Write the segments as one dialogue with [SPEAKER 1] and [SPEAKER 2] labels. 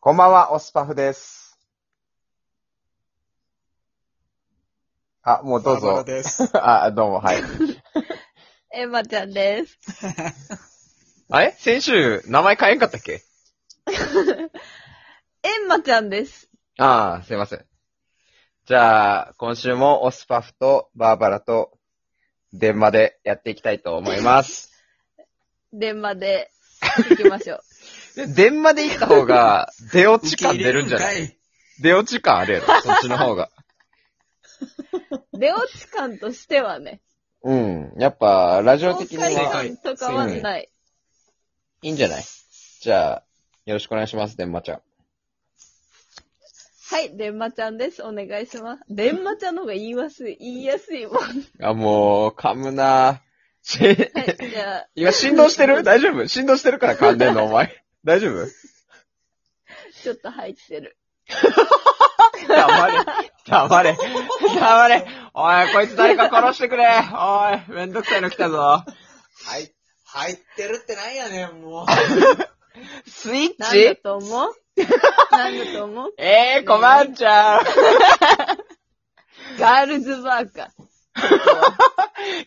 [SPEAKER 1] こんばんは、オスパフです。あ、もうどう
[SPEAKER 2] バーバラ
[SPEAKER 1] ぞ。
[SPEAKER 2] です。
[SPEAKER 1] あ、どうも、はい。
[SPEAKER 3] エマちゃんです。
[SPEAKER 1] あれ先週、名前変えんかったっけ
[SPEAKER 3] エンマちゃんです。
[SPEAKER 1] ああ、すいません。じゃあ、今週もオスパフとバーバラと電話でやっていきたいと思います。
[SPEAKER 3] 電話で行きましょう。
[SPEAKER 1] で電話で行った方 が、出落ち感出るんじゃない
[SPEAKER 2] い
[SPEAKER 1] 出落ち感あるやろ、そっちの方が。
[SPEAKER 3] 出落ち感としてはね、
[SPEAKER 1] うん。やっぱ、ラジオ
[SPEAKER 3] 公
[SPEAKER 1] 的に
[SPEAKER 3] 開
[SPEAKER 1] は、
[SPEAKER 3] 感とかはない。
[SPEAKER 1] いいんじゃないじゃあ、よろしくお願いします、電話ちゃん。
[SPEAKER 3] はい、電話ちゃんです。お願いします。電話ちゃんの方が言いやすい、言いやすいもん。はい、
[SPEAKER 1] あ、もう、噛むなし
[SPEAKER 3] じゃあ、
[SPEAKER 1] 今、振動してる大丈夫振動してるから噛んでんの、お前。大丈夫
[SPEAKER 3] ちょっと入ってる。
[SPEAKER 1] 黙れ。黙れ。黙れ。おい、こいつ誰か殺してくれ。おい、めんどくさいの来たぞ。
[SPEAKER 2] はい。入ってるってなんやね ん、もう。
[SPEAKER 1] スイッ
[SPEAKER 3] なんだ
[SPEAKER 1] チ
[SPEAKER 3] と思うなんだと思う
[SPEAKER 1] えー、困っちゃう。
[SPEAKER 3] ガールズバーか。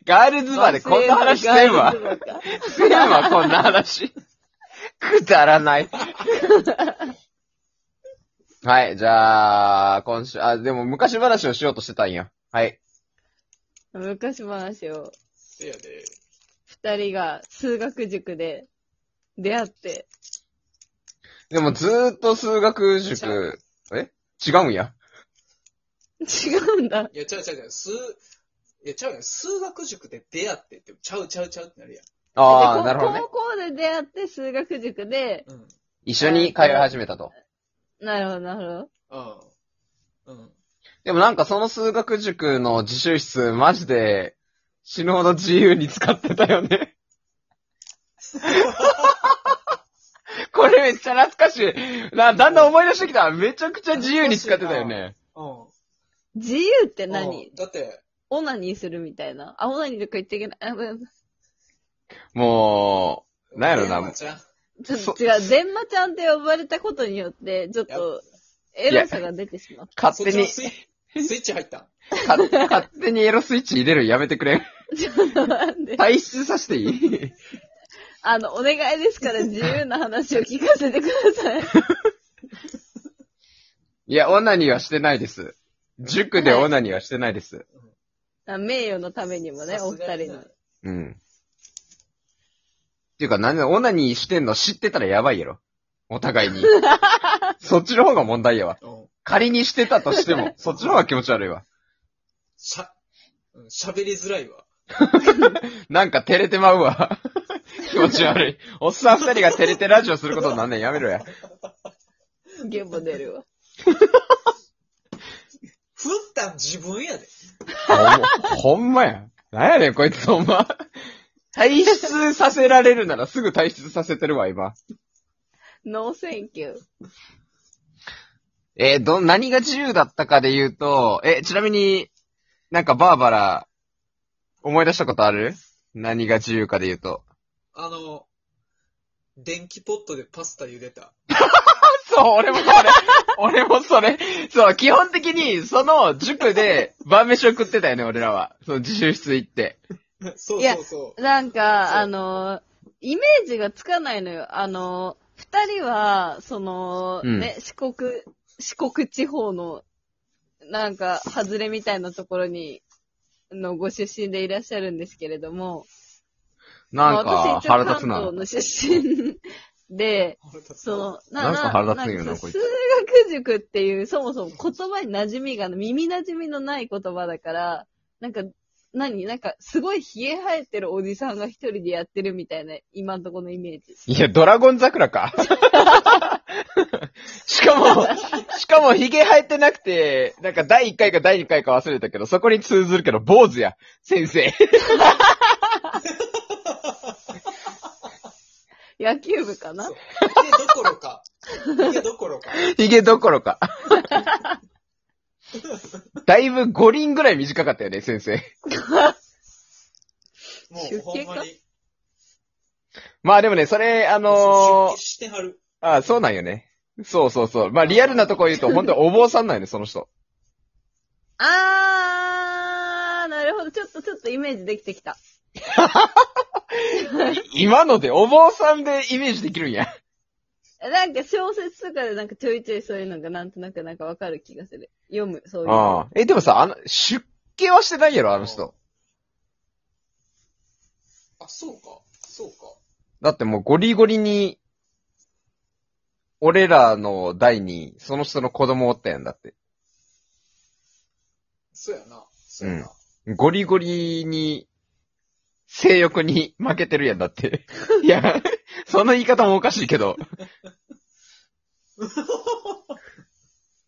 [SPEAKER 1] ガールズバーでこんな話してんわ
[SPEAKER 3] ガ。ールズバーか
[SPEAKER 1] せんわ、こんな話。くだらない。はい、じゃあ、今週、あ、でも昔話をしようとしてたんや。はい。
[SPEAKER 3] 昔話を。
[SPEAKER 2] せやで。
[SPEAKER 3] 二人が数学塾で出会って、
[SPEAKER 1] でもずーっと数学塾、え違うんや。
[SPEAKER 3] 違うんだ。
[SPEAKER 2] いや、ちゃうちゃうちゃう。数、いや、ちゃうやん。数学塾で出会ってって、ちゃうちゃうちゃうってなるや
[SPEAKER 1] あ
[SPEAKER 3] で
[SPEAKER 1] あ、なるほどね
[SPEAKER 3] 高。校で出会って数学塾で、
[SPEAKER 2] ん。うん。
[SPEAKER 1] 一緒に通い始めたと。
[SPEAKER 3] なるほど、なるほど。
[SPEAKER 2] ああ。うん。
[SPEAKER 1] でもなんかその数学塾の自習室、マジで死ぬほど自由に使ってたよね。これめっちゃ懐かしい。な、だんだん思い出してきた。めちゃくちゃ自由に使ってたよね。
[SPEAKER 2] うん。
[SPEAKER 3] 自由って
[SPEAKER 2] う
[SPEAKER 3] 何
[SPEAKER 2] んだって、
[SPEAKER 3] オナニーするみたいな。あ、オナニーとか言っちゃいけないあごめん。
[SPEAKER 1] もう、なんやろ
[SPEAKER 2] 電話
[SPEAKER 1] な。
[SPEAKER 2] ちゃん
[SPEAKER 3] ちょ
[SPEAKER 1] そ
[SPEAKER 3] っと違う、電マちゃんって呼ばれたことによって、ちょっ
[SPEAKER 2] や
[SPEAKER 3] と、エロさが出てしまっ
[SPEAKER 1] 勝手
[SPEAKER 2] そっ
[SPEAKER 1] に、
[SPEAKER 2] ちのス イスイッチ入った
[SPEAKER 1] か勝手にエロスイッチ入れるやめてくれ。
[SPEAKER 3] た。ちょっと待って。
[SPEAKER 1] 退出させていい
[SPEAKER 3] あの、お願いですから自由な話を聞かせてください。
[SPEAKER 1] いや、オナニーはしてないです。塾でオナニーはしてないです。
[SPEAKER 3] あ名誉のためにもね、
[SPEAKER 2] さ
[SPEAKER 3] お
[SPEAKER 2] す
[SPEAKER 3] 二
[SPEAKER 2] がに
[SPEAKER 3] 人
[SPEAKER 2] な
[SPEAKER 3] の。
[SPEAKER 1] うん。っていうか、なんで、オナニーしてんの知ってたらやばいやろ。お互 いに。そっちの方が問題やわ。
[SPEAKER 2] うん。
[SPEAKER 1] 仮にしてたとしても、そっちの方が気持ち悪いわ。
[SPEAKER 2] しゃ、うん喋りづらいわ。
[SPEAKER 1] なんか照れてまう わ。気持ち悪い。おっさん二人が照れてラジオすることになんねんやめろや。
[SPEAKER 3] ゲボ出るわ。
[SPEAKER 2] ふったん自分やで。
[SPEAKER 1] ほんほんまや。なんやねん、こいつほんま。退出させられるならすぐ退出させてるわ、今。
[SPEAKER 3] ノーセンキュー。
[SPEAKER 1] えーど、何が自由だったかで言うと、え、ちなみに、なんかバーバラ、思い出したことある何が自由かで言うと。
[SPEAKER 2] あの、電気ポットでパスタ茹でた。
[SPEAKER 1] そう、俺も それ。俺もそれ。そう、基本的に、その塾で晩飯を食ってたよね、俺らは。その自習室行って。
[SPEAKER 2] そう
[SPEAKER 3] いや
[SPEAKER 2] そうそう。
[SPEAKER 3] なん
[SPEAKER 2] そう
[SPEAKER 3] か、あの、イメージがつかないのよ。あの、二人は、その、
[SPEAKER 1] うん
[SPEAKER 3] ね、四国、四国地方の、なんか、外れみたいなところに、のご出身でいらっしゃるんですけれども、
[SPEAKER 1] なん
[SPEAKER 3] まあ
[SPEAKER 1] か、
[SPEAKER 3] 私一
[SPEAKER 1] 腹
[SPEAKER 3] 応
[SPEAKER 1] 立つな。
[SPEAKER 3] 関東の出身で、その、
[SPEAKER 1] なんか腹立つよな
[SPEAKER 3] なんか
[SPEAKER 1] こいつ
[SPEAKER 3] 数学塾っていう、そもそも言葉に馴染みが、耳馴染みのない言葉だから、なんか、何なんか、すごい冷え生えてるおじさんが一人でやってるみたいな、今んとこのイメージ。
[SPEAKER 1] いや、ドラゴン桜 か。しかも、しかも髭生えてなくて、なんか第1回か第2回か忘れたけど、そこに通ずるけど、坊主や。先生。
[SPEAKER 3] 野球部かな
[SPEAKER 2] そう家どころか。家どころか。
[SPEAKER 1] 髭どころか。 だいぶ5輪ぐらい短かったよね、先生。
[SPEAKER 2] も
[SPEAKER 3] 出
[SPEAKER 2] う、
[SPEAKER 3] 家か
[SPEAKER 2] ほんまに。
[SPEAKER 1] まあでもね、それ、あ
[SPEAKER 2] もう
[SPEAKER 1] の
[SPEAKER 2] 出家してはる。
[SPEAKER 1] ー、あそうなんよね。そうそうそう。まあ、リアルなとこ言うと、本当にお坊さんなんよね、その人。
[SPEAKER 3] あー、なるほど。ちょっと、ちょっとイメージできてきた。
[SPEAKER 1] 今ので、お坊さんでイメージできるんや。
[SPEAKER 3] なんか小説とかでなんかちょいちょいそういうのがなんとなくなんかわかる気がする。読む、そういうの。
[SPEAKER 1] ああ。え、でもさ、あの、出家はしてないやろ、あの人。
[SPEAKER 2] あ、そうか。そうか。
[SPEAKER 1] だってもうゴリゴリに、俺らの代に、その人の子供おったやんだって。
[SPEAKER 2] そうやな。そうやな。
[SPEAKER 1] うんゴリゴリに、性欲に負けてるやんだって。 いや、その言い方もおかしいけど。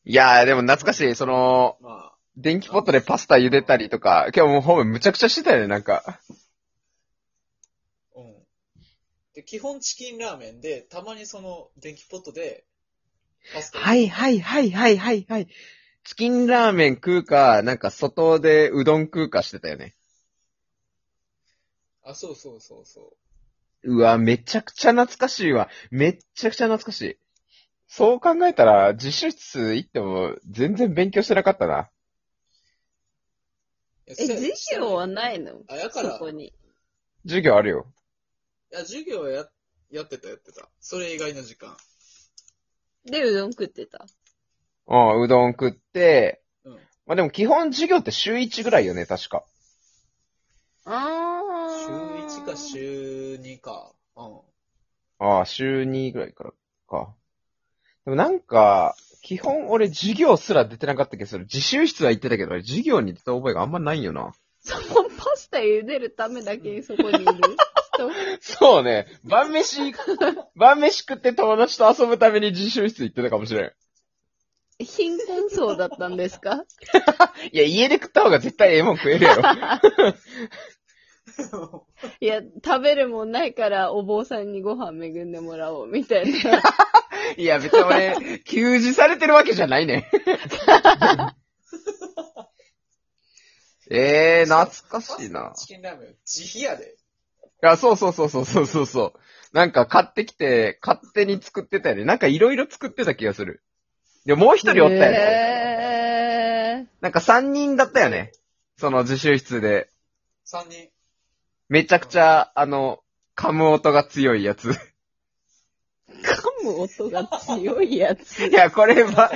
[SPEAKER 1] いやー、でも懐かしい。その、
[SPEAKER 2] まあ、
[SPEAKER 1] 電気ポットでパスタ茹でたりとか、今日もうホームむちゃくちゃしてたよね、なんか。
[SPEAKER 2] うん。で、基本チキンラーメンで、たまにその、電気ポットで、パスタ。い。
[SPEAKER 1] いはいはいはいはいはい。チキンラーメン食うか、なんか外でうどん食うかしてたよね。
[SPEAKER 2] あ、そうそうそうそう
[SPEAKER 1] わ、めちゃくちゃ懐かしいわ。めっちゃくちゃ懐かしい。そう考えたら、自習室行っても全然勉強してなかったな。
[SPEAKER 2] う。
[SPEAKER 3] え、授業はないいの
[SPEAKER 2] あ、やから、
[SPEAKER 3] そこ
[SPEAKER 2] い
[SPEAKER 3] に。
[SPEAKER 1] 授業あるよ。
[SPEAKER 2] や、授業はや、やってたやってた。それ以外の時間。
[SPEAKER 3] で、うどん食ってた。
[SPEAKER 1] うん、うどん食って、
[SPEAKER 2] うん。
[SPEAKER 1] まあ、でも基本授業って週1ぐらいよね、確か。
[SPEAKER 2] 週
[SPEAKER 3] あー。
[SPEAKER 2] 1か週2か。うん。
[SPEAKER 1] ああ、週2ぐらいからか。でもなんか、基本俺授業すら出てなかった気がする。自習室は行ってたけど、授業に出た覚えがあんまないよな。
[SPEAKER 3] そのパスタ茹でるためだけにそこにいる人。
[SPEAKER 1] そうね。晩飯、 晩飯食って友達と遊ぶために自習室行ってたかもしれん。
[SPEAKER 3] 貧困層だったんですか
[SPEAKER 1] いや、家で食った方が絶対ええもん食えるやろ。
[SPEAKER 3] いや、食べるもんないからお坊さんにご飯恵んでもらおうみたいな。
[SPEAKER 1] いや、別に俺、給仕されてるわけじゃないね。 ええー、懐かしいな。
[SPEAKER 2] チキンラーメン、自費やで。
[SPEAKER 1] いや、そうそうそうそうそうそうそう。なんか買ってきて、勝手に作ってたよね。なんかいろいろ作ってた気がする。で、もう一人おったよね。
[SPEAKER 3] え
[SPEAKER 1] なんか三人だったよね。その自習室で。
[SPEAKER 2] 3人。
[SPEAKER 1] めちゃくちゃ、あの、噛む音が強いやつ。
[SPEAKER 3] ー、噛む音が強いやつ。
[SPEAKER 1] いや、これば、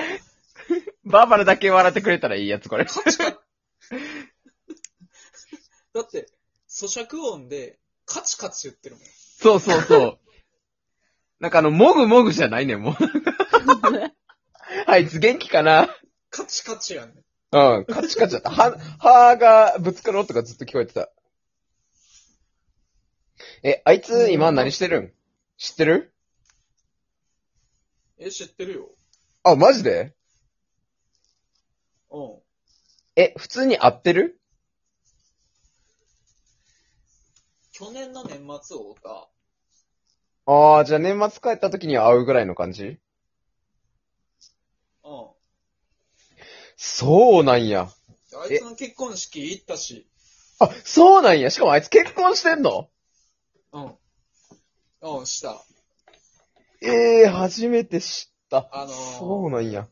[SPEAKER 1] バーバラだけ笑ってくれたらいいやつ、これ。
[SPEAKER 2] だって、咀嚼音で、カチカチ言ってるもん。
[SPEAKER 1] そうそうそう。 なんかあの、もぐもぐじゃないねん、もう。 あいつ元気かな
[SPEAKER 2] カチカチやんね。
[SPEAKER 1] うん、カチカチだった。は、歯がぶつかる音がずっと聞こえてた。え、あいつ今何してるん知ってる
[SPEAKER 2] え、知ってるよ。
[SPEAKER 1] あ、マジで
[SPEAKER 2] うん。
[SPEAKER 1] え、普通に会ってる
[SPEAKER 2] 去年の年末をた。
[SPEAKER 1] あー、じゃあ年末帰った時には会うぐらいの感じ
[SPEAKER 2] うん。
[SPEAKER 1] そうなんや。
[SPEAKER 2] あいつの結婚式行ったし。
[SPEAKER 1] あ、そうなんや。しかもあいつ結婚してんの
[SPEAKER 2] うん。うん、した。
[SPEAKER 1] えー、初めて知った。
[SPEAKER 2] あのー
[SPEAKER 1] そうなんや。
[SPEAKER 2] うん、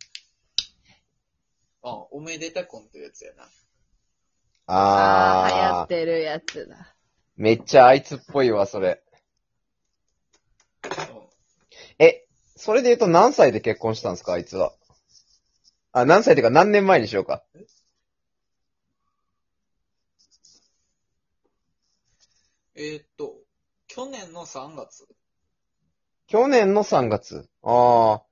[SPEAKER 2] おめでた婚ってやつやな。
[SPEAKER 3] あー、流行
[SPEAKER 1] あ
[SPEAKER 3] っ
[SPEAKER 1] ー、
[SPEAKER 3] てるやつだ。
[SPEAKER 1] めっちゃあいつっぽいわ、それ。
[SPEAKER 2] うん。
[SPEAKER 1] え、それで言うと何歳で結婚したんですか、あいつは。あ、何歳っていうか何年前にしようか。
[SPEAKER 2] えーっと、去年の3月。
[SPEAKER 1] 去年の3月。ああ。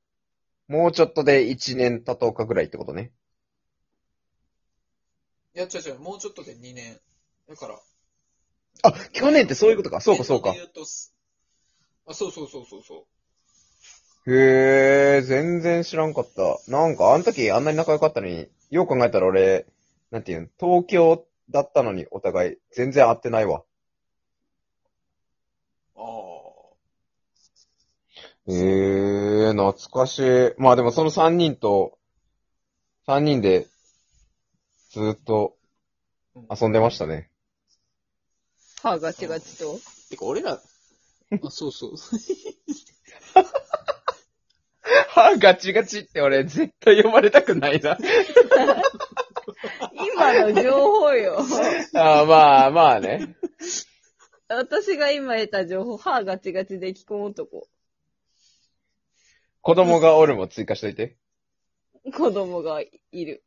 [SPEAKER 1] もうちょっとで1年たとうかぐらいってことね。
[SPEAKER 2] いや、違う違う、もうちょっとで2年。だから。
[SPEAKER 1] あ、去年ってそういうことか。そうか、そうか
[SPEAKER 2] 年度。で言うとすあ、そうそうそうそうそう。
[SPEAKER 1] へえ、全然知らんかった。なんか、あの時あんなに仲良かったのに、よう考えたら俺、なんていうの、東京だったのにお互い、全然会ってないわ。
[SPEAKER 2] あ
[SPEAKER 1] へえ、懐かしい。まあでもその3人と、3人で、ずーっと
[SPEAKER 2] あ。
[SPEAKER 1] 遊んでましたね。
[SPEAKER 3] 歯ガチガチと。
[SPEAKER 2] てか、俺ら、あ、そうそう。
[SPEAKER 1] 歯ガチガチって俺絶対呼ばれたくないな。
[SPEAKER 3] 今の情報よ。
[SPEAKER 1] あーまあまあね。
[SPEAKER 3] 私が今得た情報、歯ガチガチで引きこもっとこ
[SPEAKER 1] 子供がおるも追加しといて。
[SPEAKER 3] う。子供がいる。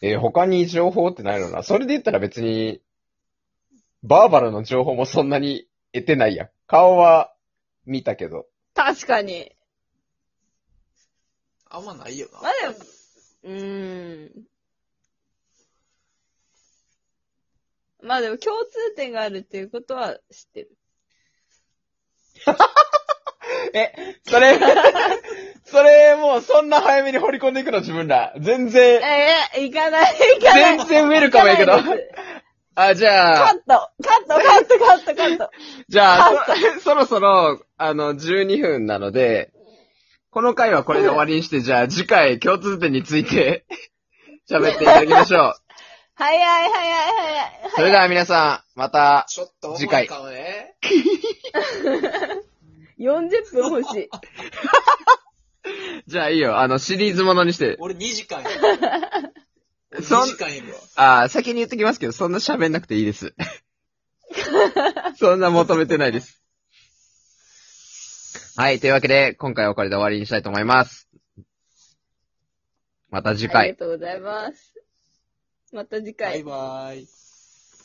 [SPEAKER 1] えー他に情報ってないのな。それで言ったら別に、バーバラの情報もそんなに得てないやん。顔は見たけど。
[SPEAKER 3] 確かに。
[SPEAKER 2] あんまないよ
[SPEAKER 3] ま
[SPEAKER 2] な
[SPEAKER 3] あ。でも、うーん。まあでも共通点があるっていうことは知ってる。
[SPEAKER 1] それ、 それもうそんな早めに掘り込んでいくの自分ら。全然、
[SPEAKER 3] えー、行かない、行かない。
[SPEAKER 1] 全然ウェルカムやけど
[SPEAKER 3] 行。かないです
[SPEAKER 1] あ、じ
[SPEAKER 3] カ
[SPEAKER 1] ゃ
[SPEAKER 3] ッ
[SPEAKER 1] あ、
[SPEAKER 3] トカットカットカットカット
[SPEAKER 1] じゃあ、そそろそろ、あの、12分なので、この回はこれで終わりにして、じゃあ次回共通点について 喋っていただきましょう。
[SPEAKER 3] 早い早い早い。
[SPEAKER 1] それでは皆さん、また、
[SPEAKER 2] ちょっと
[SPEAKER 1] 次
[SPEAKER 2] 重
[SPEAKER 1] 回
[SPEAKER 2] いかもね。
[SPEAKER 3] 40分欲しい。
[SPEAKER 1] じゃあいいよ、あの、シリーズものにして、
[SPEAKER 2] 俺2 時間や。俺2
[SPEAKER 1] そん
[SPEAKER 2] 時間いるわ。
[SPEAKER 1] あー先に言っときますけど、そんな喋んなくていい です。そんな求めてないです。はい、というわけで、今回はこれで終わりにしたいと思います。また次
[SPEAKER 3] あ
[SPEAKER 1] 回
[SPEAKER 3] りが。とうございます。また次
[SPEAKER 2] バイ
[SPEAKER 3] 回。
[SPEAKER 2] バーイ。